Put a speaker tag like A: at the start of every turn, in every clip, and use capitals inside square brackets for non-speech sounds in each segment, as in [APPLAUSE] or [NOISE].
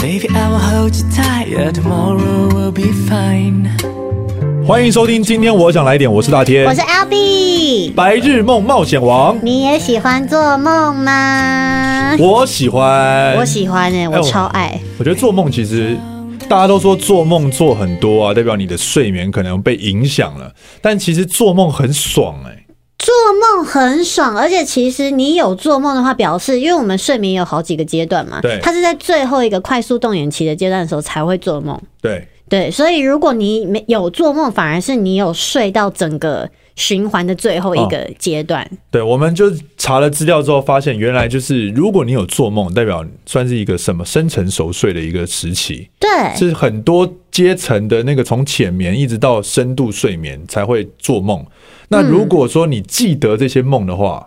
A: Maybe I will hold you tight, yeah, tomorrow will be fine.
B: 欢迎收听，今天我想来一点，我是大
C: 我
B: 天
C: 是，L B，
B: 白日梦冒险
C: [LAUGHS]
B: 王，
C: 你也喜欢做梦吗？
B: 我喜欢，
C: 我喜欢哎、我超爱。
B: 我觉得做梦其实大家都说做梦做很多啊，代表你的睡眠可能被影响了，但其实做梦很爽哎、
C: 做梦很爽，而且其实你有做梦的话，表示因为我们睡眠有好几个阶段嘛
B: 对，
C: 它是在最后一个快速动眼期的阶段的时候才会做梦。
B: 对，
C: 对，所以如果你没有做梦，反而是你有睡到整个循环的最后一个阶段。
B: 对，我们就查了资料之后，发现原来就是如果你有做梦，代表算是一个什么深层熟睡的一个时期，
C: 对，
B: 是很多阶层的那个从浅眠一直到深度睡眠才会做梦。那如果说你记得这些梦的话，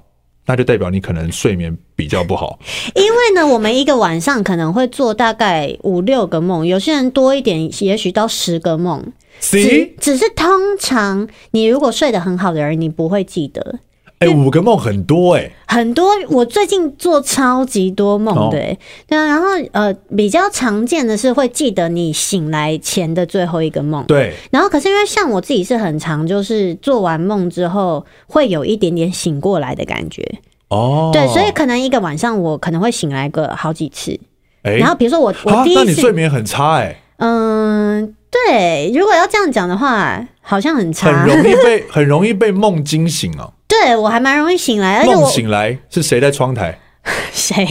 B: 那就代表你可能睡眠比较不好。
C: 因为呢，我们一个晚上可能会做大概五六个梦，有些人多一点，也许到十个梦。只
B: C，
C: 只是通常你如果睡得很好的人，你不会记得
B: 哎、五个梦很多哎、
C: 很多。我最近做超级多
B: 哦
C: 梦的、欸对啊，然后呃，比较常见的是会记得你醒来前的最后一个梦。
B: 对，
C: 然后，可是因为像我自己是很常，就是做完梦之后会有一点点醒过来的感觉，
B: 哦，
C: 对，所以可能一个晚上我可能会醒来个好几次。
B: 哎、
C: 然后比如说我我
B: 啊，
C: 第
B: 那
C: 一
B: 你
C: 次
B: 睡，眠很差哎、
C: 嗯，对，如果要这样讲的话，好像很差，
B: 很容易被很容易被梦惊醒啊，
C: 对我还蛮容易醒来，而且
B: 梦
C: 哎我
B: 醒来是谁在窗台？ [LAUGHS]
C: 谁？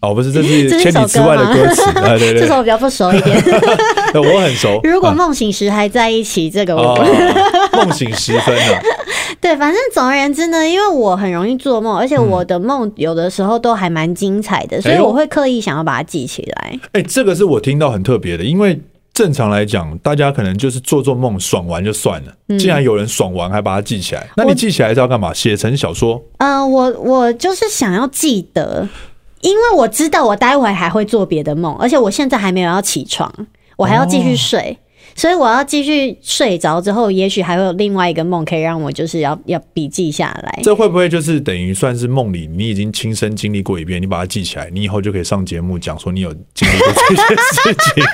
B: 哦，不是，这是
C: [LAUGHS] 这是
B: 千
C: 一
B: 里
C: 首
B: 之
C: 歌
B: 外的
C: 吗
B: 歌词，啊，对
C: [LAUGHS] 这
B: 对
C: 首我比较不熟一
B: [LAUGHS]
C: 点。
B: 对，我很熟。
C: 如果
B: 啊
C: 梦醒时还在一起，这个我
B: 哦
C: 不、
B: 梦醒时分啊，
C: 对。反正总而言之呢，因为我很容易做梦，而且我的梦有的时候都还蛮精彩的，所以
B: 嗯哎呦
C: 我会刻意想要把它记起来。
B: 哎、这个是我听到很特别的，因为正常来讲，大家可能就是做做梦爽完就算了，竟然有人爽完还把它记起来，那你记起来是要干嘛？写成小说？
C: 呃，我我就是想要记得，因为我知道我待会还会做别的梦，而且我现在还没有要起床，我还要继续睡。
B: 哦
C: 所以我要继续睡着之后，也许还会有另外一个梦可以让我就是要 [LAUGHS] 要笔记下来。
B: 这会不会就是等于算是梦里你已经亲身经历过一遍，你把它记起来，你以后就可以上节目讲说你有经历过这件事 [LAUGHS] 情？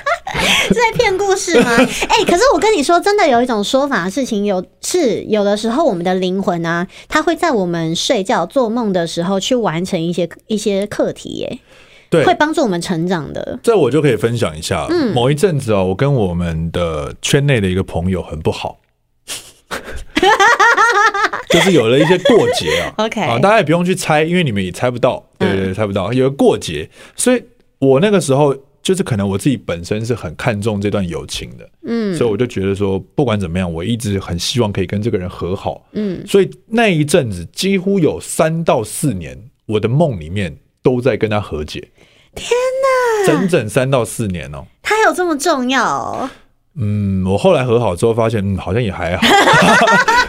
C: 是在骗故
B: [LAUGHS]
C: 事吗？哎、可是我跟你说，真的有一种说法，事情有是有的时候我们的灵魂啊，它会在我们睡觉做梦的时候去完成一些一些课题、耶，
B: 对
C: 会，帮助我们成长的。
B: 这我就可以分享一下。某一阵子哦，我跟我们的圈内的一个朋友很不好， [LAUGHS] 就是有了一些过节啊。
C: OK
B: 啊，大家也不用去猜，因为你们也猜不到，对对对，猜不到，有个过节，所以我那个时候就是可能我自己本身是很看重这段友情的，嗯，所以我就觉得说，不管怎么样，我一直很希望可以跟这个人和好，嗯，所以那一阵子几乎有三到四年，我的梦里面都在跟他和解，
C: [LAUGHS]
B: 天哪，整整三到四年哦。
C: 它有这么重要哦、
B: 嗯，我后来和好之后发现，嗯，好像也还好， [LAUGHS]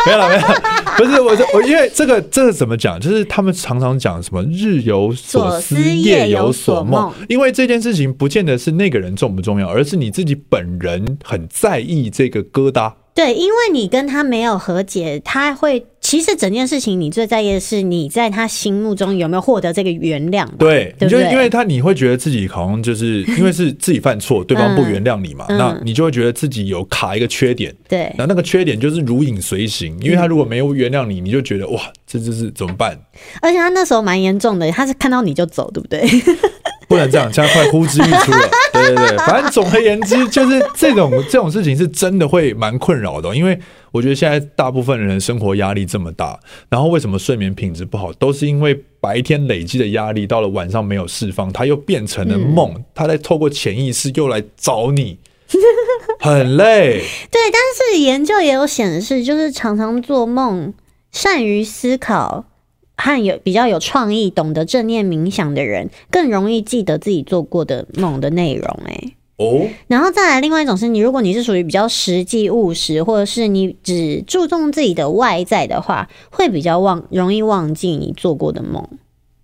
B: 没有了，没有啦，不是我，我因为这个这个怎么讲，就是他们常常讲什么日有所思
C: 所思
B: 夜
C: 夜有
B: 所
C: 所梦
B: 因为这件事情不见得是那个人重不重要，而是你自己本人很在意这个疙瘩。
C: 对，因为你跟他没有和解，他会其实整件事情你最在意的是你在他心目中有没有获得这个原谅嘛。
B: 对，你
C: 对不
B: 就
C: 对？
B: 因为他，你会觉得自己好像就是因为是自己犯错，对方不原谅你嘛，
C: 嗯
B: 那你就会觉得自己有卡一个缺点，
C: 对
B: 那那个缺点就是如影随形，因为他如果没有原谅你，你就觉得哇，这就是怎么办？
C: 而且他那时候蛮严重的，他是看到你就走，对不 [LAUGHS] 对？
B: 不能这样，现在快呼之欲出了。对对对，反正总而言之，就是这种这种事情是真的会蛮困扰的哦，因为我觉得现在大部分人生活压力这么大，然后为什么睡眠品质不好，都是因为白天累积的压力到了晚上没有释放，它又变成了梦，它在透过潜意识又来找你，很累。
C: 对，但是研究也有显示，就是常常做梦、善于思考和有比较有创意、懂得正念冥想的人，更容易记得自己做过的梦的内容、欸。
B: 哦，
C: 然后再来另外一种是你，如果你是属于比较实际务实，或者是你只注重自己的外在的话，会比较忘容易忘记你做过的梦。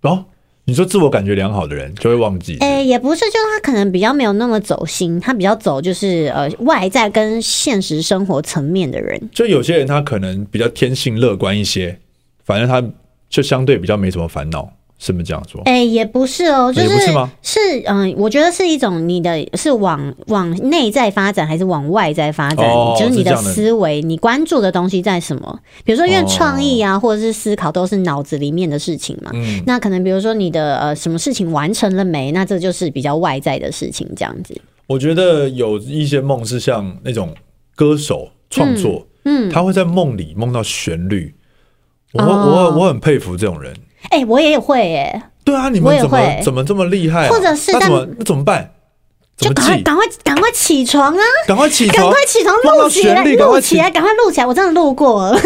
B: 然后哦你说自我感觉良好的人就会忘记，
C: 诶、也不是，就是他可能比较没有那么走心，他比较走就是呃外在跟现实生活层面的人。
B: 就有些人他可能比较天性乐观一些，反正他就相对比较没什么烦恼，是不是这样说？
C: 哎、也不是哦，就
B: 也
C: 是
B: 不是吗
C: 是嗯，我觉得是一种你的是往往内在发展还是往外在发展，
B: 哦
C: 就是你
B: 是这
C: 的
B: 样的
C: 思维，你关注的东西在什么？比如说，因为
B: 哦
C: 创意啊，或者是思考都是脑子里面的事情嘛。
B: 嗯
C: 那可能比如说你的呃什么事情完成了没？那这就是比较外在的事情，这样子。
B: 我觉得有一些梦是像那种歌手创作，嗯，他会在梦里梦到旋律，我、
C: 哦
B: 我我很佩服这种人。
C: 哎、我也会哎、
B: 对啊，你
C: 我
B: 们
C: 也
B: 怎
C: 会
B: 么怎么这么厉害啊、
C: 或者是
B: 那怎
C: 但
B: 么那怎么办？怎
C: 就
B: 么
C: 赶快
B: 记？
C: 赶快赶快起床啊！
B: 赶快起
C: 赶
B: 床！
C: 快起床，
B: 梦
C: 录
B: 到
C: 起来，
B: 旋律，赶
C: 录
B: 快
C: 起来，。赶快录起来！我真的录过了，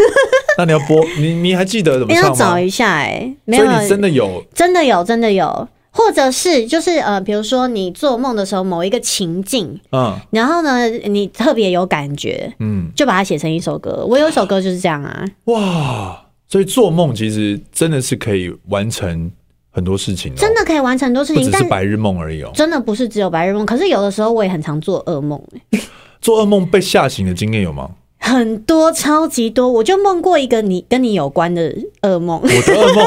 B: 那你要播，你你还记得怎么
C: [LAUGHS] 要
B: 唱
C: 找
B: 吗？
C: 一下哎、没
B: 所
C: 有
B: 以你真的有
C: 真的有，真的有，或者是就是呃，比如说你做梦的时候某一个情境，
B: 嗯
C: 然后呢你特别有感觉，
B: 嗯
C: 就把它写成一首歌。我有一首歌就是这样啊，
B: 哇！所以做梦其实真的是可以完成很多事情、哦，
C: 真的可以完成很多事
B: 不
C: 情，
B: 只是
C: 但
B: 白日梦而已哦。
C: 真的不是只有白日梦，可是有的时候我也很常做噩梦、欸
B: 做噩梦被吓醒的经验有吗？
C: 很多超级多，我就梦过一个你跟你有关的噩
B: [LAUGHS]
C: 梦，
B: 我的
C: [LAUGHS]
B: 噩梦，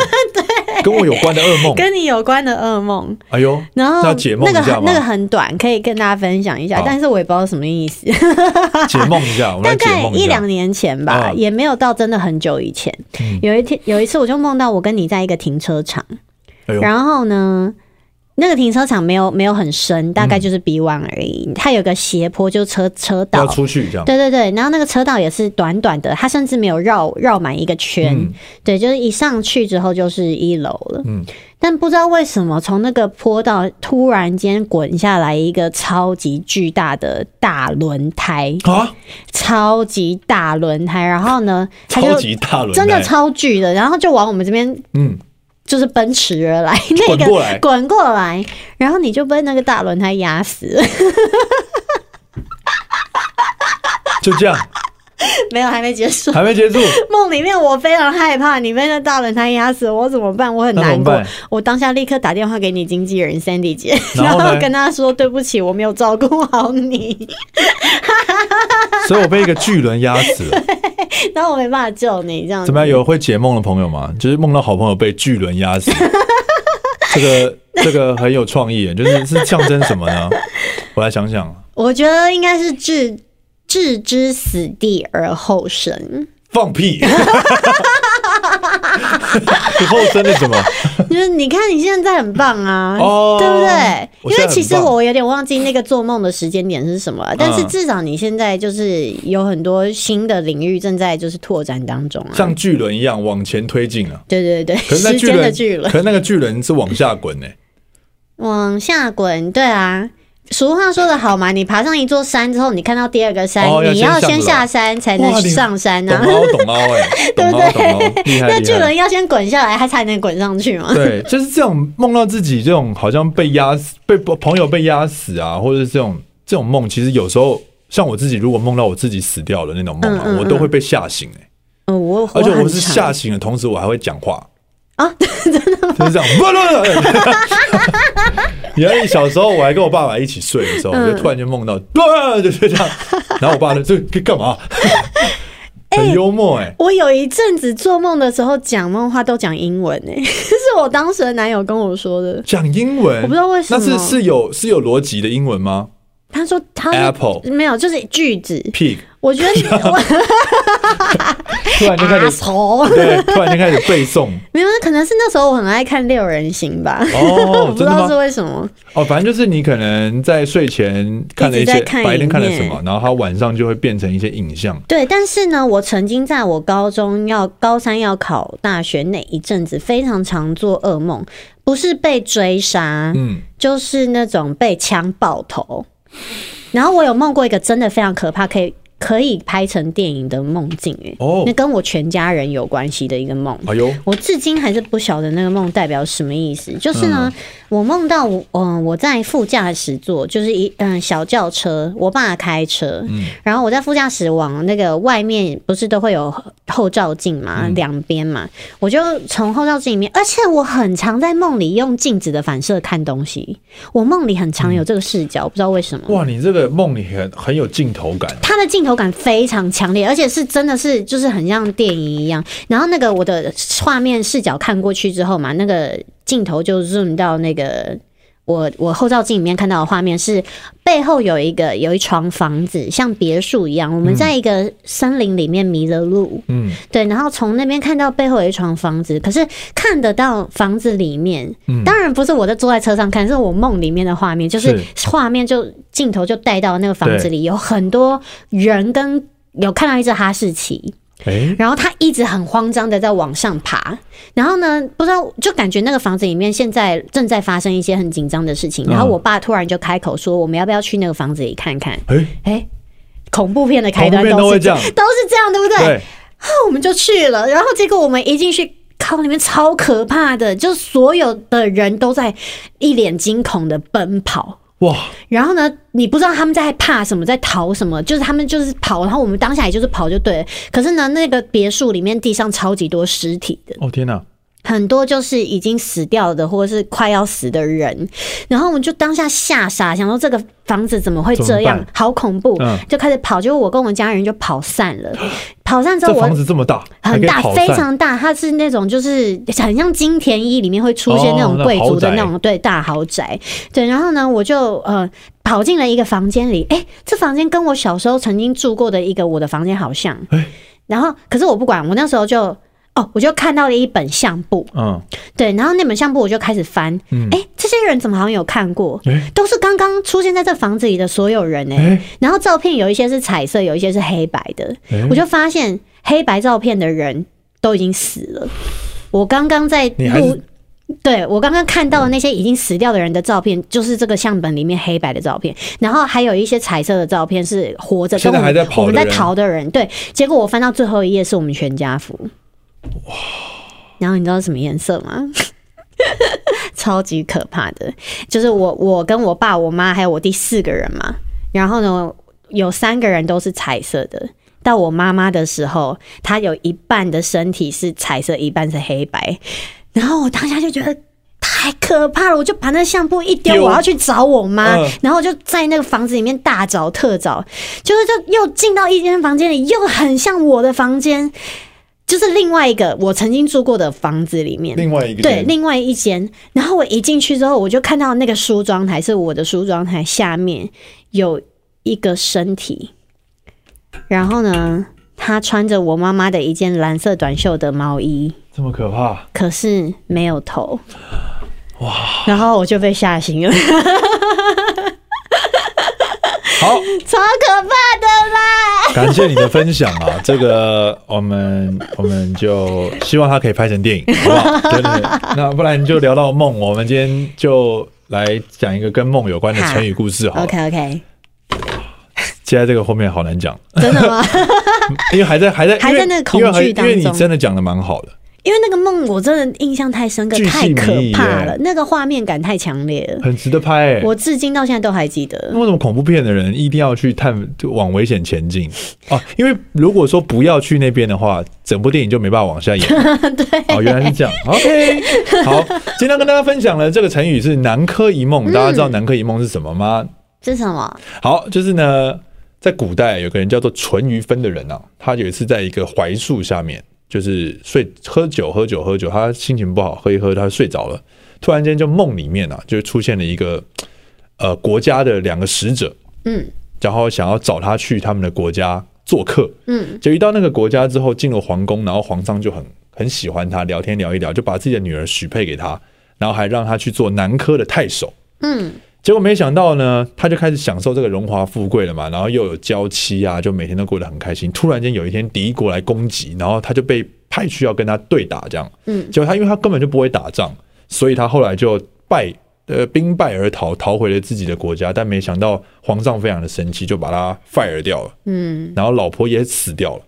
B: 跟我有关的噩梦。
C: 跟你有关的噩梦。
B: 哎
C: [LAUGHS]
B: 呦，
C: 然后
B: 那要解梦
C: 那
B: 一
C: 个
B: 下
C: 很那个
B: 吗？
C: 很短，可以跟大家分享一下
B: 好，
C: 但是我也不知道什么意思。
B: 解梦一下，我们来
C: 啊大
B: 解
C: 概
B: 梦
C: 一
B: 下
C: 两。年前吧，
B: 嗯
C: 也没有到真的很久以前。
B: 嗯
C: 有一天，有一次我就梦到我跟你在一个停车场，
B: 哎呦，
C: 然后呢，那个停车场没有没有很深，大概
B: 嗯
C: 就是 B one 而已。它有个斜坡，就是车车道
B: 要。出去这样。
C: 对对对，然后那个车道也是短短的，它甚至没有绕绕满一个圈。
B: 嗯
C: 对，就是一上去之后就是一楼了。
B: 嗯
C: 但不知道为什么，从那个坡道突然间滚下来一个超级巨大的大轮胎。
B: 啊，
C: 超级大轮胎，然后呢，它就
B: 超级大轮胎欸
C: 真的超巨的，然后就往我们这边
B: 嗯，
C: 就是奔驰而
B: [LAUGHS]
C: 来，那
B: 滚
C: 个
B: 过来
C: 滚过来，然后你就被那个大轮胎压死 [LAUGHS] 了，
B: 就这样，
C: 没有，还没结束。
B: 还没结束，
C: 梦里面我非常害怕，你被那大轮胎压死，我怎么办？我很
B: 那怎
C: 难
B: 么
C: 过
B: 办。
C: 我当下立刻打电话给你经纪人 Sandy 姐，
B: [LAUGHS] 然
C: 然
B: 后呢
C: 后跟她说对不起，我没有照顾好你， [LAUGHS]
B: 所以我被一个巨轮压死了。
C: 然后我没办法救你，这样子
B: 怎么样？有会解梦的朋友吗？就是梦到好朋友被巨轮压死， [LAUGHS] 这个这个很有创意耶，就是是象征什么呢？
C: [LAUGHS]
B: 我来想想，
C: 我觉得应该是置置之死地而后生，
B: 放屁！ [LAUGHS] 你后生的什么？
C: 就是你看你现在很棒啊，
B: 哦
C: 对不对？
B: 我
C: 因
B: 现在
C: 为
B: 很
C: 其实
B: 棒嗯
C: 我有点忘记那个做梦的时间点是什么了，但是至少你现在就是有很多新的领域正在就是拓展当中啊。
B: 像巨轮一样往前推进啊！
C: 对对对，
B: 可是那
C: 时
B: 巨
C: 间的
B: 轮，
C: 巨轮
B: 可是那个巨轮是往下
C: [LAUGHS]
B: 滚呢、
C: 往下滚，对啊。俗话说得好嘛，你爬上一座山之后，你看到第二个山，
B: 哦要
C: 你
B: 先
C: 要
B: 上
C: 先
B: 楼
C: 下山才能
B: 哇你
C: 上山
B: 懂
C: 啊。
B: 凹懂凹
C: [LAUGHS]
B: 哎、懂凹懂凹，厉害
C: 那
B: 厉
C: 巨
B: 害。
C: 人要先滚下来，它才能滚上去 [LAUGHS] 嘛。
B: 对，就是这种梦到自己这种好像被压死、被朋友被压死啊，或者是这种这种梦，其实有时候像我自己，如果梦到我自己死掉了那种梦、啊，
C: 嗯嗯嗯
B: 我都会被吓醒哎、
C: 嗯，我
B: 而且我
C: 很
B: 是
C: 常
B: 吓醒的同时，我还会讲话
C: [LAUGHS]
B: 啊，真的吗？就是这样， [LAUGHS] 你看，小时候我还跟我爸爸一起睡的时候，
C: 嗯
B: 我就突然间梦到，对，就是这样，然后我爸就这这干
C: [LAUGHS]
B: 嘛？很幽默哎、
C: 我有一阵子做梦的时候讲梦话都讲英文诶、欸， [LAUGHS] 是我当时的男友跟我说的。
B: 讲英文，
C: 我不知道为什么
B: 那是是有是有逻辑的英文吗
C: 他说他
B: ？Apple
C: 没有，就是句子。
B: pig，
C: 我
B: [LAUGHS]
C: 觉得你我
B: 突然就开
C: 阿
B: 始
C: 头，
B: 对，突然就开始背诵
C: 没有，可能是那时候我很爱看六人行 [LAUGHS] 吧。我
B: 哦
C: 不，知
B: 真的
C: 道是
B: 吗？
C: 为什么，
B: 哦，反正就是你可能在睡前看了一
C: 一直
B: 些
C: 在看
B: 白天看了
C: 影
B: 什
C: 片
B: 么，然后它晚上就会变成一些影像。
C: 对，但是呢，我曾经在我高中要高三要考大学那一阵子，非常常做噩梦，不是被追杀，
B: 嗯，
C: 就是那种被枪爆头。然后我有梦过一个真的非常可怕，可以可以拍成电影的梦境、欸，
B: 哦
C: 那跟我全家人有关系的一个梦。
B: 哎呦，
C: 我至今还是不晓得那个梦代表什么意思。就是呢，我梦到我，嗯、我在副驾驶座，就是一嗯、小轿车，我爸开车，然后我在副驾驶往那个外面，不是都会有后照镜嘛，两边嘛，我就从后照镜里面，而且我很常在梦里用镜子的反射看东西，我梦里很常有这个视角，不知道为什么。
B: 哇，你这个梦里很很有镜头感，
C: 他的镜头头感非常强烈，而且是真的是就是很像电影一样。然后那个我的画面视角看过去之后嘛，那个镜头就 zoom 到那个我我后照镜里面看到的画面是背后有一个有一床房子，像别墅一样。我们在一个森林里面迷了路，
B: 嗯，
C: 对，然后从那边看到背后有一床房子，可是看得到房子里面，
B: 嗯
C: 当然不是我在坐在车上看，是我梦里面的画面，就是画面就镜头就带到那个房子里，有很多人跟有看到一只哈士奇，
B: 哎，
C: 然后它一直很慌张的在往上爬，然后呢，不知道就感觉那个房子里面现在正在发生一些很紧张的事情，
B: 嗯
C: 然后我爸突然就开口说，我们要不要去那个房子里看看？
B: 哎，
C: 哎、恐怖片的开
B: 恐
C: 端
B: 怖片都
C: 是
B: 会
C: 这
B: 这
C: 样，
B: 样
C: 都是这样，对不对？
B: 对，
C: 我们就去了，然后结果我们一进去，靠，里面超可怕的，就所有的人都在一脸惊恐的奔跑。
B: 哇，
C: 然后呢，你不知道他们在怕什么，在逃什么，就是他们就是跑，然后我们当下也就是跑就对了。可是呢，那个别墅里面地上超级多尸体的，
B: 哦天哪，
C: 很多就是已经死掉的或者是快要死的人，然后我们就当下吓傻，想说这个房子怎么会这
B: 怎
C: 样
B: 么办，
C: 好恐怖，
B: 嗯
C: 就开始跑。结果我跟我家人就跑散了，跑散之后
B: 这
C: 我
B: 房子这么大，还
C: 很
B: 可以
C: 大，
B: 跑
C: 非
B: 散
C: 常大，它是那种就是很像金田一里面会出现那种
B: 哦那
C: 贵族的
B: 豪宅
C: 那种、对大豪宅。对，然后呢，我就呃跑进了一个房间里，哎、这房间跟我小时候曾经住过的一个我的房间好像。
B: 哎
C: 然后可是我不管，我那时候就哦，我就看到了一本相簿，
B: 嗯
C: 对，然后那本相簿我就开始翻，
B: 嗯，
C: 哎、这些人怎么好像有看过？
B: 哎
C: 都是刚刚出现在这房子里的所有人哎、
B: 哎
C: 然后照片有一些是彩色，有一些是黑白的，
B: 哎，
C: 我就发现黑白照片的人都已经死了。我刚刚在
B: 你还
C: 录
B: 是，
C: 对我刚刚看到的那些已经死掉的人的照片，就是这个相本里面黑白的照片，然后还有一些彩色的照片是活着，
B: 现在
C: 跟我们
B: 还在跑的
C: 我们在
B: 人
C: 逃的人。对，结果我翻到最后一页是我们全家福。哇！然后你知道是什么颜色吗？ [LAUGHS] 超级可怕的，就是我我跟我爸、我妈还有我弟四个人嘛，然后呢有三个人都是彩色的。到我妈妈的时候，她有一半的身体是彩色，一半是黑白。然后我当下就觉得太可怕了，我就把那相簿一丢，
B: 丢
C: 我要去找我妈。
B: 嗯
C: 然后我就在那个房子里面大找特找，就是就又进到一间房间里，又很像我的房间，就是另外一个我曾经住过的房子里面。
B: 另外一个
C: 对，
B: 人
C: 另外一间。然后我一进去之后，我就看到那个梳妆台是我的梳妆台下面有一个身体，然后呢，她穿着我妈妈的一件蓝色短袖的毛衣，
B: 这么可怕，
C: 可是没有头。哇！然后我就被吓醒了， [LAUGHS]
B: 好，
C: 超可怕的啦！ [LAUGHS]
B: 感谢你的分享啊，这个我们我们就希望它可以拍成电影，好不好？
C: [LAUGHS]
B: 对对对，那不然就聊到梦，我们今天就来讲一个跟梦有关的成语故事好了。
C: OK OK，
B: 接在这个后面好难讲，
C: 真的
B: [LAUGHS]
C: 吗？
B: 因为还在还在
C: 还在
B: 因为
C: 那个恐惧
B: 因为还
C: 当中
B: 因为你真的讲的蛮好的，
C: 因为那个梦我真的印象太深刻，
B: 巨
C: 太
B: 细
C: 可
B: 靡遗
C: 怕
B: 耶
C: 了，那个画面感太强烈了，
B: 很值得拍、欸。
C: 我至今到现在都还记得
B: 那。为什么恐怖片的人一定要去探就往危险前进哦，因为如果说不要去那边的话，整部电影就没办法往下演。对，哦，原来是这样。OK，好，今天要跟大家分享的这个成语是“南柯一梦”，大家知道“南柯一梦”是什么吗？
C: 这是什么？
B: 好，就是呢，在古代有个人叫做淳于芬的人啊，他有一次在一个槐树下面，就是睡喝酒喝酒喝酒，他心情不好，喝一喝他睡着了，突然间就梦里面啊，就出现了一个呃国家的两个使者，
C: 嗯，
B: 然后想要找他去他们的国家做客，
C: 嗯，
B: 就一到那个国家之后，进入皇宫，然后皇上就很很喜欢他，聊天聊一聊，就把自己的女儿许配给他，然后还让他去做南柯的太守。
C: 嗯，
B: 结果没想到呢，他就开始享受这个荣华富贵了嘛，然后又有娇妻啊，就每天都过得很开心。突然间有一天敌国来攻击，然后他就被派去要跟他对打，这样。
C: 嗯，
B: 结果他因为他根本就不会打仗，所以他后来就败呃兵败而逃，逃回了自己的国家。但没想到皇上非常的生气，就把他 fire 掉了。
C: 嗯，
B: 然后老婆也死掉了。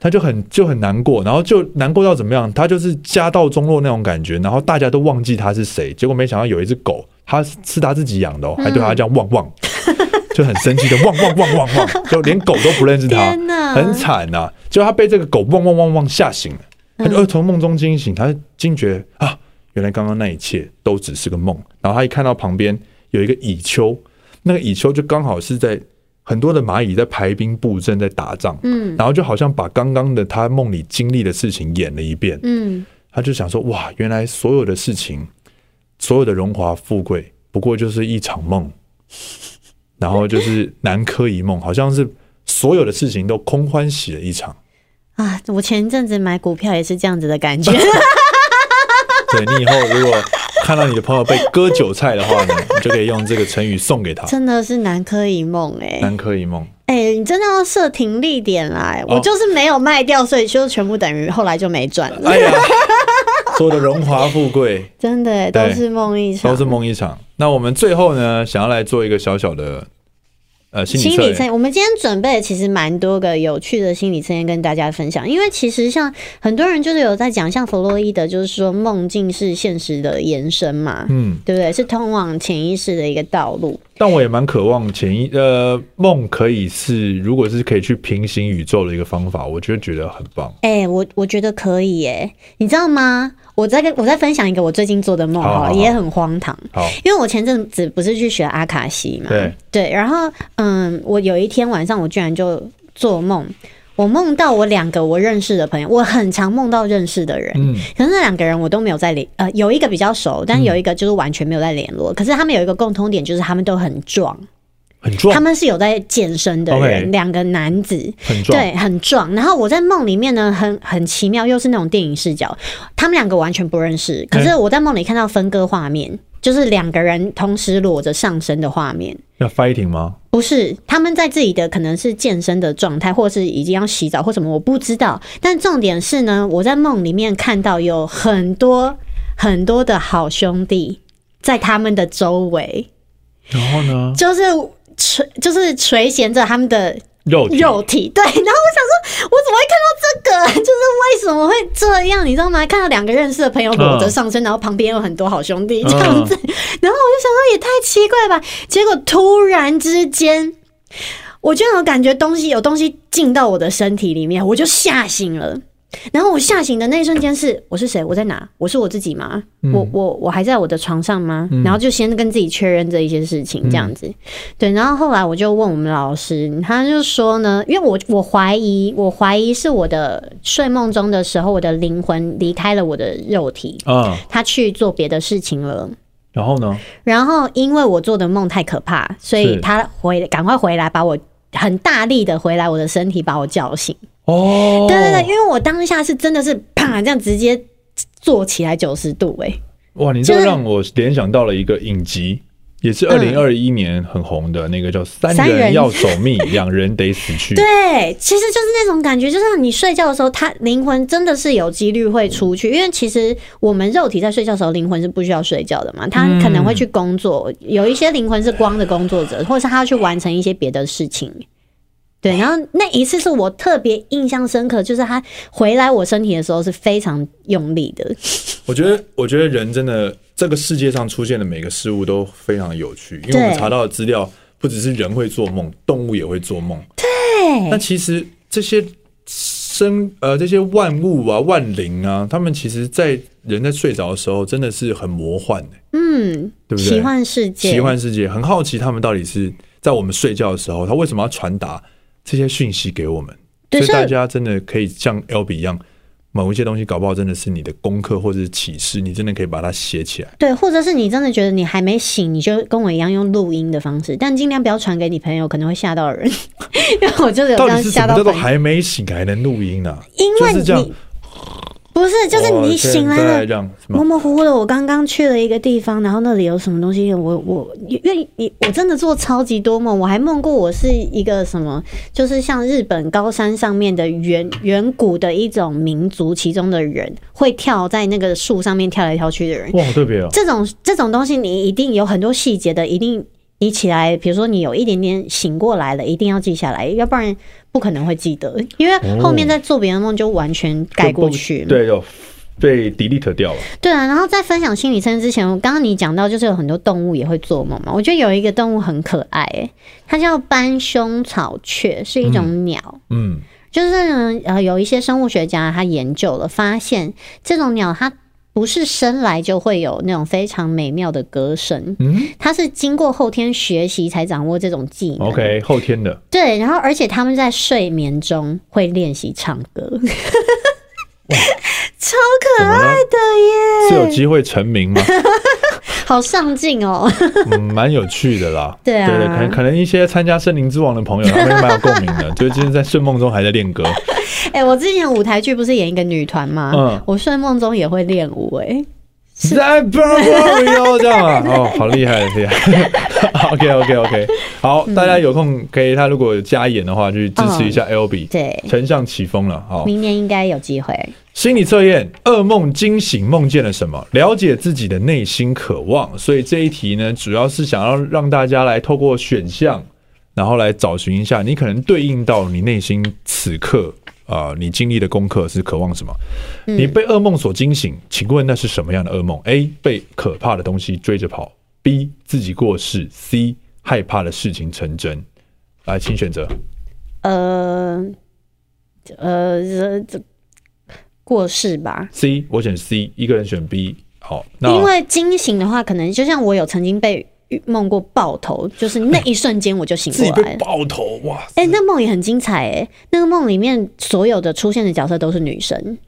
B: 他就很就很难过，然后就难过到怎么样？他就是家道中落那种感觉，然后大家都忘记他是谁。结果没想到有一只狗，它是是他自己养的、哦，还对他这样汪汪，
C: [LAUGHS]
B: 就很生气的汪汪汪汪汪，就连狗都不认识他
C: 天，哪
B: 很惨呐、结果他被这个狗汪汪汪汪吓醒了，他
C: 嗯
B: 就呃从梦中惊醒，他惊觉啊，原来刚刚那一切都只是个梦。然后他一看到旁边有一个蚁丘，那个蚁丘就刚好是在很多的蚂蚁在排兵布阵，在打仗，
C: 嗯
B: 然后就好像把刚刚的他梦里经历的事情演了一遍，
C: 嗯，
B: 他就想说，哇，原来所有的事情，所有的荣华富贵，不过就是一场梦， [LAUGHS] 然后就是南柯一梦，好像是所有的事情都空欢喜了一场。
C: 啊，我前一阵子买股票也是这样子的
B: [LAUGHS]
C: 感觉，
B: 对你以后如果看到你的朋友被割韭菜的话呢，你就可以用这个成语送给他，
C: 真的是南柯一梦哎、
B: 南柯一梦。
C: 哎、你真的要设停利点啦、哎
B: 哦
C: 我就是没有卖掉，所以就全部等于后来就没赚
B: [LAUGHS]
C: 了，
B: 哎呀，所有的荣华富贵
C: 真的、哎
B: 对
C: 都是梦一场，
B: 都是梦一场。那我们最后呢，想要来做一个小小的呃心理
C: 心
B: 测
C: 理测
B: 验。
C: 验，我们今天准备的其实蛮多个有趣的心理测验跟大家分享，因为其实像很多人就是有在讲，像弗洛伊德就是说梦境是现实的延伸嘛，
B: 嗯，
C: 对不对？是通往潜意识的一个道路。
B: 但我也蛮渴望潜意呃梦可以是，如果是可以去平行宇宙的一个方法，我就觉得很棒。
C: 哎、我我觉得可以耶、你知道吗？我再跟我再分享一个我最近做的梦
B: 好啊
C: 哈，
B: 好好
C: 也很荒唐。
B: 好，
C: 因为我前阵子不是去学阿卡西嘛，
B: 对
C: 然后嗯，我有一天晚上我居然就做梦，我梦到我两个我认识的朋友，我很常梦到认识的人，
B: 嗯
C: 可是那两个人我都没有在联，呃，有一个比较熟，但有一个就是完全没有在联络。可是他们有一个共通点，就是他们都很壮，
B: 很
C: 他
B: 壮，
C: 们是有在健身的
B: OK
C: 人，两个男子。
B: 很壮，
C: 对，很壮。然后我在梦里面呢，很很奇妙，又是那种电影视角，他们两个完全不认识。可是我在梦里看到分割画面，就是两个人同时裸着上身的画面。
B: 要 fighting 吗？
C: 不是，他们在自己的可能是健身的状态，或是已经要洗澡或什么，我不知道。但重点是呢，我在梦里面看到有很多很多的好兄弟在他们的周围，
B: 然后呢？
C: 就是垂就是垂涎着他们的
B: 肉体
C: 肉体。对，然后我想说，我怎么会看到这个？ [LAUGHS] 就是为什么会这样？你知道吗？看到两个认识的朋友裸
B: 嗯
C: 着上身，然后旁边有很多好兄弟这样子， [LAUGHS] 然后我就想说，也太奇怪了吧？结果突然之间。我居然有感觉东西有东西进到我的身体里面，我就吓醒了。然后我吓醒的那一瞬间是我是谁？我在哪？我是我自己吗？我我我还在我的床上吗？然后就先跟自己确认这一些事情，这样子。对，然后后来我就问我们老师，他就说呢，因为我我怀疑，我怀疑是我的睡梦中的时候，我的灵魂离开了我的肉体，
B: 啊、
C: 他去做别的事情了。
B: 然后呢？
C: 然后因为我做的梦太可怕，所以
B: 是
C: 他回赶快回来把我。很大力的回来，我的身体把我叫醒。
B: 哦，
C: 对对对，因为我当下是真的是啪这样直接坐起来九十度、欸，
B: 哇，你这个
C: 就是
B: 让我联想到了一个影集，也是二
C: 嗯
B: 零二一年很红的那个叫《三
C: 三
B: 人
C: 人
B: 要守密，两人得死
C: [LAUGHS]
B: 去》。
C: 对，其实就是那种感觉，就像你睡觉的时候，它灵魂真的是有几率会出去，因为其实我们肉体在睡觉的时候，灵魂是不需要睡觉的
B: 嗯
C: 嘛，它可能会去工作，有一些灵魂是光的工作者，或者是他要去完成一些别的事情。对，
B: 哎
C: 然后那一次是我特别印象深刻，就是他回来我身体的时候是非常用力的，
B: 我觉得，我觉得人真的，这个世界上出现的每个事物都非常有趣，因为
C: 对
B: 我们查到的资料，不只是人会做梦，动物也会做梦。对，那其实这些生呃这些万物啊、万灵啊，他们其实在人在睡着的时候，真的是很魔幻的、
C: 嗯，
B: 对不对？
C: 奇幻世界，
B: 奇幻世界，很好奇他们到底是在我们睡觉的时候，他为什么要传达这些讯息给我们？
C: 对
B: 所以
C: 所以
B: 大家真的可以像 L B 一样，某一些东西搞不好真的是你的功课或者是启示，你真的可以把它写起来。
C: 对，或者是你真的觉得你还没醒，你就跟我一样用录音的方式，但尽量不要传给你朋友，可能会吓到人。因为我就是有
B: 到
C: 这
B: 底
C: 样
B: 是什
C: 吓
B: 么
C: 到
B: 叫做
C: 朋友，
B: 还没醒还能录音呢、
C: 因
B: 就
C: 为
B: 是
C: 你
B: 这样，
C: 不是就是
B: 哦
C: 你
B: 现
C: 醒
B: 在
C: 来
B: 这
C: 了。
B: 样什
C: 模
B: 么？
C: 模糊糊的，我刚刚去了一个地方，然后那里有什么东西，我我因为你我真的做超级多梦，我还梦过我是一个什么，就是像日本高山上面的远远古的一种民族，其中的人会跳在那个树上面跳来跳去的人，
B: 哇，好特别哦！
C: 这种这种东西，你一定有很多细节的，一定你起来，比如说你有一点点醒过来了，一定要记下来，要不然不可能会记得，因为后面再做别的梦就完全盖过去。
B: 哦对，有被 delete 掉了。
C: 对啊，然后在分享心理测验之前，我刚刚你讲到就是有很多动物也会做梦嘛，我觉得有一个动物很可爱、欸，它叫斑胸草雀，是一种鸟。
B: 嗯，
C: 就是呢，呃，有一些生物学家他研究了，发现这种鸟它不是生来就会有那种非常美妙的歌声，
B: 嗯
C: 他是经过后天学习才掌握这种技能。
B: ，OK，后天的，
C: 对，然后而且他们在睡眠中会练习唱歌， [LAUGHS] 超可
B: 怎么了
C: 爱
B: 是
C: 的
B: 有
C: 耶，
B: 机会成名吗？
C: 好上进哦。 [LAUGHS]
B: 嗯，蛮有趣的啦。
C: 对啊
B: 对可能可能一些参加森林之王的朋
C: [LAUGHS]
B: 友，他们蛮有共鸣的，就是今天在睡梦中还在练歌。
C: 哎、我之前舞台剧不是演一个女团吗？
B: 嗯
C: 我睡梦中也会练舞、哎，
B: [LAUGHS] 在 b u r b e r y 这样
C: [LAUGHS]
B: 啊，哦，好厉害，厉害。OK [LAUGHS] OK OK，好，
C: 嗯
B: 大家有空可以，他如果有加演的话，去支持一下 L B，、
C: 对，
B: 丞相起风了，哦好。
C: 明年应该有机会。
B: 心理测验：噩梦惊醒梦见了什么？了解自己的内心渴望。所以这一题呢，主要是想要让大家来透过选项，然后来找寻一下你可能对应到你内心此刻啊、呃你经历的功课是渴望什么？
C: 嗯
B: 你被噩梦所惊醒，请问那是什么样的噩梦？A. 被可怕的东西追着跑；B. 自己过世；C. 害怕的事情成真。来，请选择。
C: 呃，呃，这这过世吧。
B: C，我选 C，一个人选 B。好，那
C: 因为惊醒的话，可能就像我有曾经被梦过爆头，就是那一瞬间我就醒
B: 自己
C: 过
B: 被
C: 来了。
B: 爆头，哇！
C: 哎、那梦也很精彩哎、那个梦里面所有的出现的角色都是女生，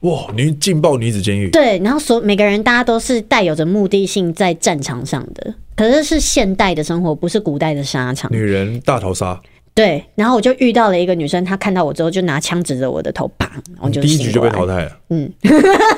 B: 哇，女劲爆女子监狱，
C: 对，然后所每个人大家都是带有着目的性在战场上的，可是是现代的生活，不是古代的沙场
B: 女。人大逃杀，
C: 对，然后我就遇到了一个女生，她看到我之后就拿枪指着我的头，砰，我就
B: 第一局就被淘
C: 汰，
B: 汰了，
C: 嗯， [LAUGHS]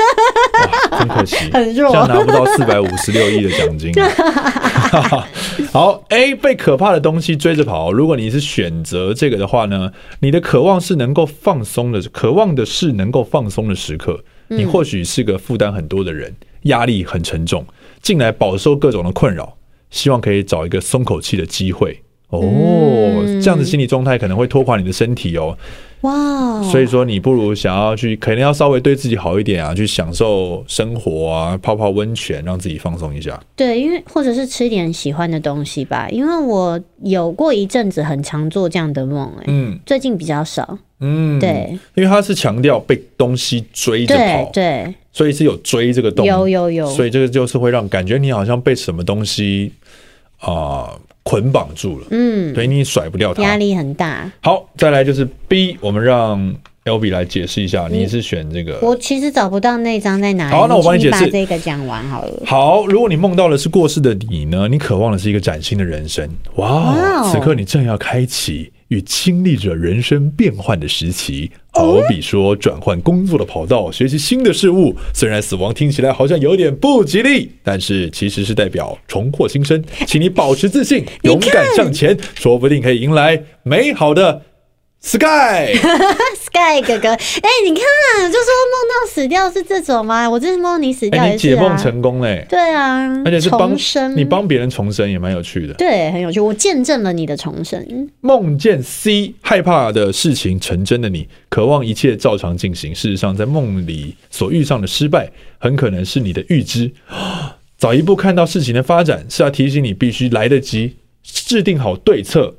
B: 哇真可惜，
C: 很
B: 这样
C: 弱。
B: 拿不到四百五十六亿的奖金。啊
C: [LAUGHS]
B: [LAUGHS] 好，A 被可怕的东西追着跑。如果你是选择这个的话呢，你的渴望是能够放松的，渴望的是能够放松的时刻。你
C: 嗯
B: 或许是个负担很多的人，压力很沉重，近来饱受各种的困扰，希望可以找一个松口气的机会。哦，
C: 嗯
B: 这样子心理状态可能会拖垮你的身体哦。
C: 哇，
B: 所以说，你不如想要去，可能要稍微对自己好一点啊，去享受生活啊，泡泡温泉，让自己放松一下。
C: 对，因为或者是吃一点喜欢的东西吧，因为我有过一阵子很常做这样的梦、哎、
B: 嗯
C: 最近比较少。
B: 嗯，
C: 对、
B: 因为他是强调被东西追着
C: 对
B: 跑，
C: 对，
B: 所以是有追这个动，
C: 有有有，
B: 所以这个就是会让感觉你好像被什么东西啊、捆绑住了，
C: 嗯，
B: 对你甩不掉
C: 压
B: 它。
C: 力很大。
B: 好，再来就是 B，我们让 L B 来解释一下，你是选这个。
C: 我其实找不到那张在哪里。
B: 呃好那我帮你
C: 你
B: 解释
C: 把这个讲完好了。
B: 好，如果你梦到的是过世的你呢？你渴望的是一个崭新的人生。哇
C: 哇
B: 哦
C: 哦！
B: 此刻你正要开启与经历着人生变换的时期，好比说转换工作的跑道，学习新的事物。虽然死亡听起来好像有点不吉利，但是其实是代表重获新生。请你保持自信，
C: 你
B: 勇敢向前，说不定可以迎来美好的 sky。
C: Sky 哥哥，哎、你看，啊就说梦到死掉是这种吗？我真的梦到你死掉
B: 哎、
C: 也
B: 你
C: 是
B: 解
C: 啊。
B: 梦成功嘞、
C: 对啊，
B: 而且是帮
C: 重生，
B: 你帮别人重生也蛮有趣的。
C: 对，很有趣。我见证了你的重生，
B: 梦见 C 害怕的事情成真的你，渴望一切照常进行。事实上，在梦里所遇上的失败，很可能是你的预知。 [GASPS] 早一步看到事情的发展，是要提醒你必须来得及制定好对策。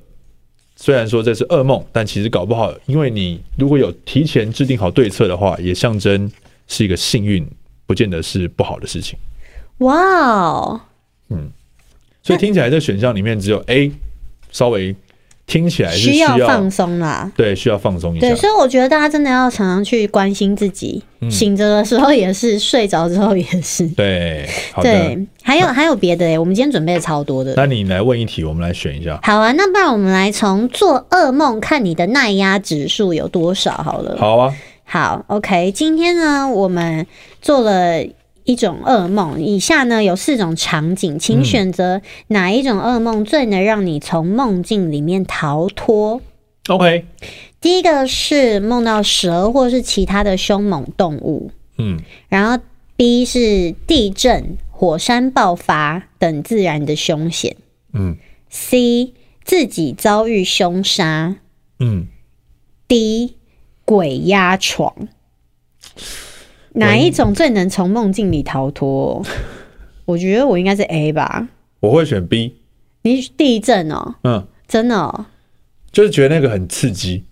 B: 虽然说这是噩梦，但其实搞不好，因为你如果有提前制定好对策的话，也象征是一个幸运，不见得是不好的事情。
C: 哇哦！
B: 所以听起来，这选项里面只有 A 稍微听起来是
C: 需
B: 需要
C: 要放松啦。
B: 对需要放松一下
C: 对，。所以我觉得大家真的要常常去关心自己，
B: 嗯
C: 醒着的时候也是， [LAUGHS] 睡着之后也是。
B: 对，好的。
C: 对，还有还有别的欸耶，我们今天准备了超多的。
B: 那你来问一题，我们来选一下。
C: 好啊，那不然我们来从做噩梦看你的耐压指数有多少好了。
B: 好啊，
C: 好 o k 今天呢，我们做了一种噩梦，以下呢有四种场景，
B: 嗯
C: 请选择哪一种噩梦最能让你从梦境里面逃脱。
B: OK，
C: 第一个是梦到蛇或是其他的凶猛动物，
B: 嗯，
C: 然后 B 是地震、火山爆发等自然的凶险，
B: 嗯
C: ，C 自己遭遇凶杀
B: 嗯，
C: ，D 鬼压床。哪一种最能从梦境里逃
B: [LAUGHS]
C: 脱？我觉得我应该是 A 吧。
B: 我会选 B，
C: 你地震哦，
B: 嗯，
C: 真的哦。
B: 就是觉得那个很刺激。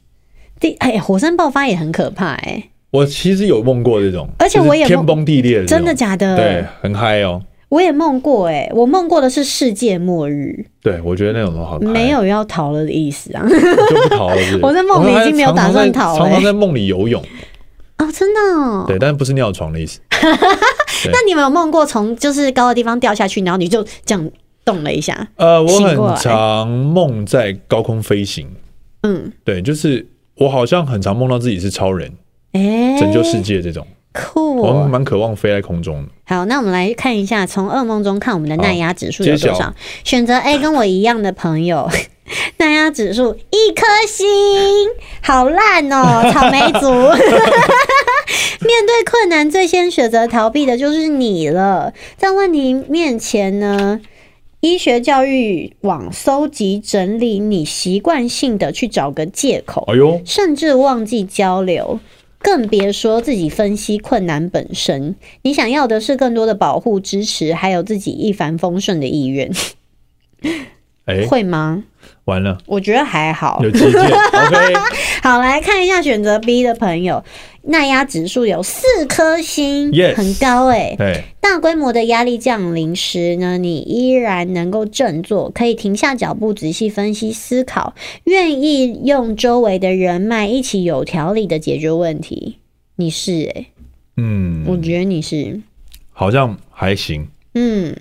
C: 地哎，火山爆发也很可怕哎、
B: 我其实有梦过这种，
C: 而且我也
B: 就是天
C: 梦
B: 崩地裂的这种，
C: 真的假的？
B: 对，，很嗨哦。
C: 我也梦过哎、我梦过的是世界末日，
B: 对，我觉得那种都好嗨，
C: 没有要逃了的意思啊。 [LAUGHS]
B: 就不逃了是不是
C: 我在梦里已经没有打算逃
B: 我
C: 了
B: 常常在常常在梦里游泳，
C: 哦，真的、哦。
B: 对，但是不是尿床的意思。
C: 那你有没有梦过从就是高的地方掉下去，然后你就这样动了一下？
B: 呃，我
C: 醒过来
B: 很常梦在高空飞行，
C: 嗯，
B: 对，就是我好像很常梦到自己是超人，
C: 哎、
B: 拯救世界这种，
C: 酷
B: 我
C: 哦、
B: 蛮渴望飞在空中的。
C: 好，那我们来看一下，从噩梦中看我们的耐压指数有多
B: 揭
C: 少
B: 晓？
C: 选择 A 跟我一样的朋友， [LAUGHS] 耐压指数一颗星，好烂
B: [LAUGHS]
C: 哦，草莓族。 [LAUGHS] 面对困难，最先选择逃避的就是你了。在问题面前呢，医学教育网搜集整理你习惯性的去找个借口，
B: 哎呦，
C: 甚至忘记交流，更别说自己分析困难本身。你想要的是更多的保护、支持，还有自己一帆风顺的意愿，
B: 哎，
C: 会吗？
B: 完了，
C: 我觉得还好
B: 有。极
C: [LAUGHS]
B: 限。OK，
C: 好，来看一下选择 B 的朋友，耐压指数有四颗星
B: Yes
C: 很高诶、
B: 对，
C: 大规模的压力降临时呢，你依然能够振作，可以停下脚步，仔细分析思考，愿意用周围的人脉一起有条理的解决问题。你是欸诶、
B: 嗯，
C: 我觉得你是。
B: 好像还行。
C: 嗯，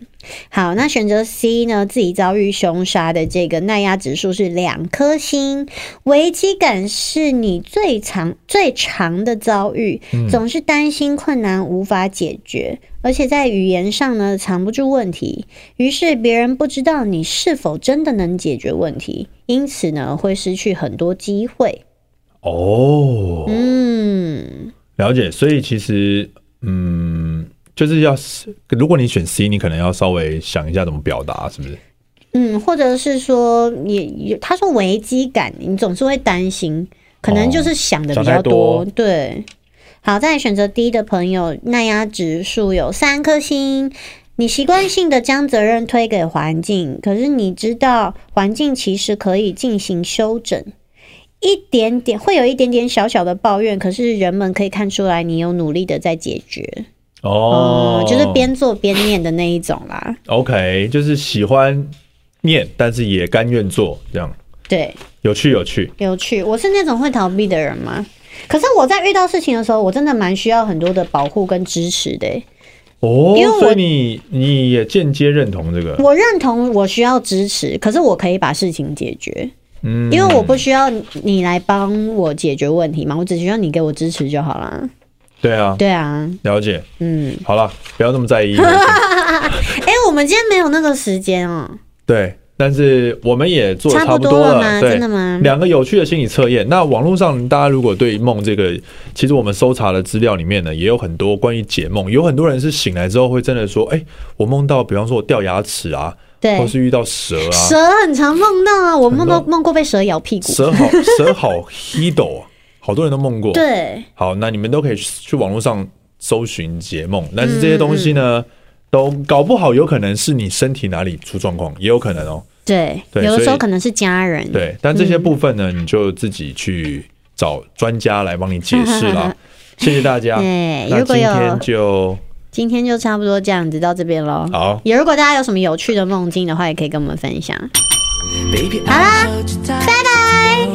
C: 好，那选择 C 呢？自己遭遇凶杀的这个耐压指数是两颗星，危机感是你最长最长的遭遇，总是担心困难无法解决，而且在语言上呢藏不住问题，于是别人不知道你是否真的能解决问题，因此呢会失去很多机会。
B: 哦，
C: 嗯，
B: 了解。所以其实，嗯，就是要是如果你选 C，你可能要稍微想一下怎么表达，是不是？
C: 嗯，或者是说也也，他说危机感，你总是会担心，可能就是想的比较多。
B: 哦想太多
C: 对，好，再来选择 D 的朋友，耐压指数有三颗星。你习惯性的将责任推给环境，可是你知道环境其实可以进行修整，一点点会有一点点小小的抱怨，可是人们可以看出来你有努力的在解决，嗯
B: 哦，
C: 就是边做边念的那一种啦。
B: OK，就是喜欢念，但是也甘愿做，这样
C: 对，
B: 有趣有趣。
C: 有趣，我是那种会逃避的人吗？可是我在遇到事情的时候，我真的蛮需要很多的保护跟支持的欸、
B: 哦
C: 因为我，
B: 所以你你也间接认同这个，
C: 我认同我需要支持，可是我可以把事情解决，
B: 嗯，
C: 因为我不需要你来帮我解决问题嘛，我只需要你给我支持就好啦。
B: 对啊，
C: 对啊，
B: 了解。
C: 嗯，
B: 好了，不要那么在
C: [LAUGHS]
B: 意。没事
C: 哎、我们今天没有那个时间哦、
B: 对，但是我们也做的
C: 差不
B: 差不
C: 多
B: 多
C: 了
B: 了，
C: 吗
B: 对，
C: 真的吗
B: 两个有趣的心理测验。那网络上大家如果对梦这个，其实我们搜查的资料里面呢，也有很多关于解梦，有很多人是醒来之后会真的说，哎、我梦到，比方说我掉牙齿啊，或
C: 对，
B: 是遇到蛇啊，
C: 蛇很常梦到啊，我梦到
B: 很啊
C: 梦过被蛇咬屁股。
B: 蛇
C: [LAUGHS]
B: 好蛇好 h i d o 好多人都梦过。，
C: 对，
B: 好，那你们都可以去网络上搜寻解梦，但
C: 嗯
B: 是这些东西呢，都搞不好有可能是你身体哪里出状况，也有可能哦。
C: 对，
B: 对
C: 有的时
B: 所
C: 候
B: 以
C: 可能是家人。
B: 对，但这些部分呢，你就自己去找专家来帮你解释
C: [LAUGHS]
B: 啦。谢谢大家。
C: 对
B: 那
C: 如果
B: 今
C: 有
B: 天就
C: 今天就差不多这样子，到这边喽。
B: 好，
C: 也如果大家有什么有趣的梦境的话，也可以跟我们分享。
A: 好啦，拜拜，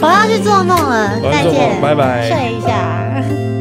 C: 我要去做梦了，
B: 我
C: 再
B: 要做梦
C: 见，
B: 拜拜
C: 睡一下。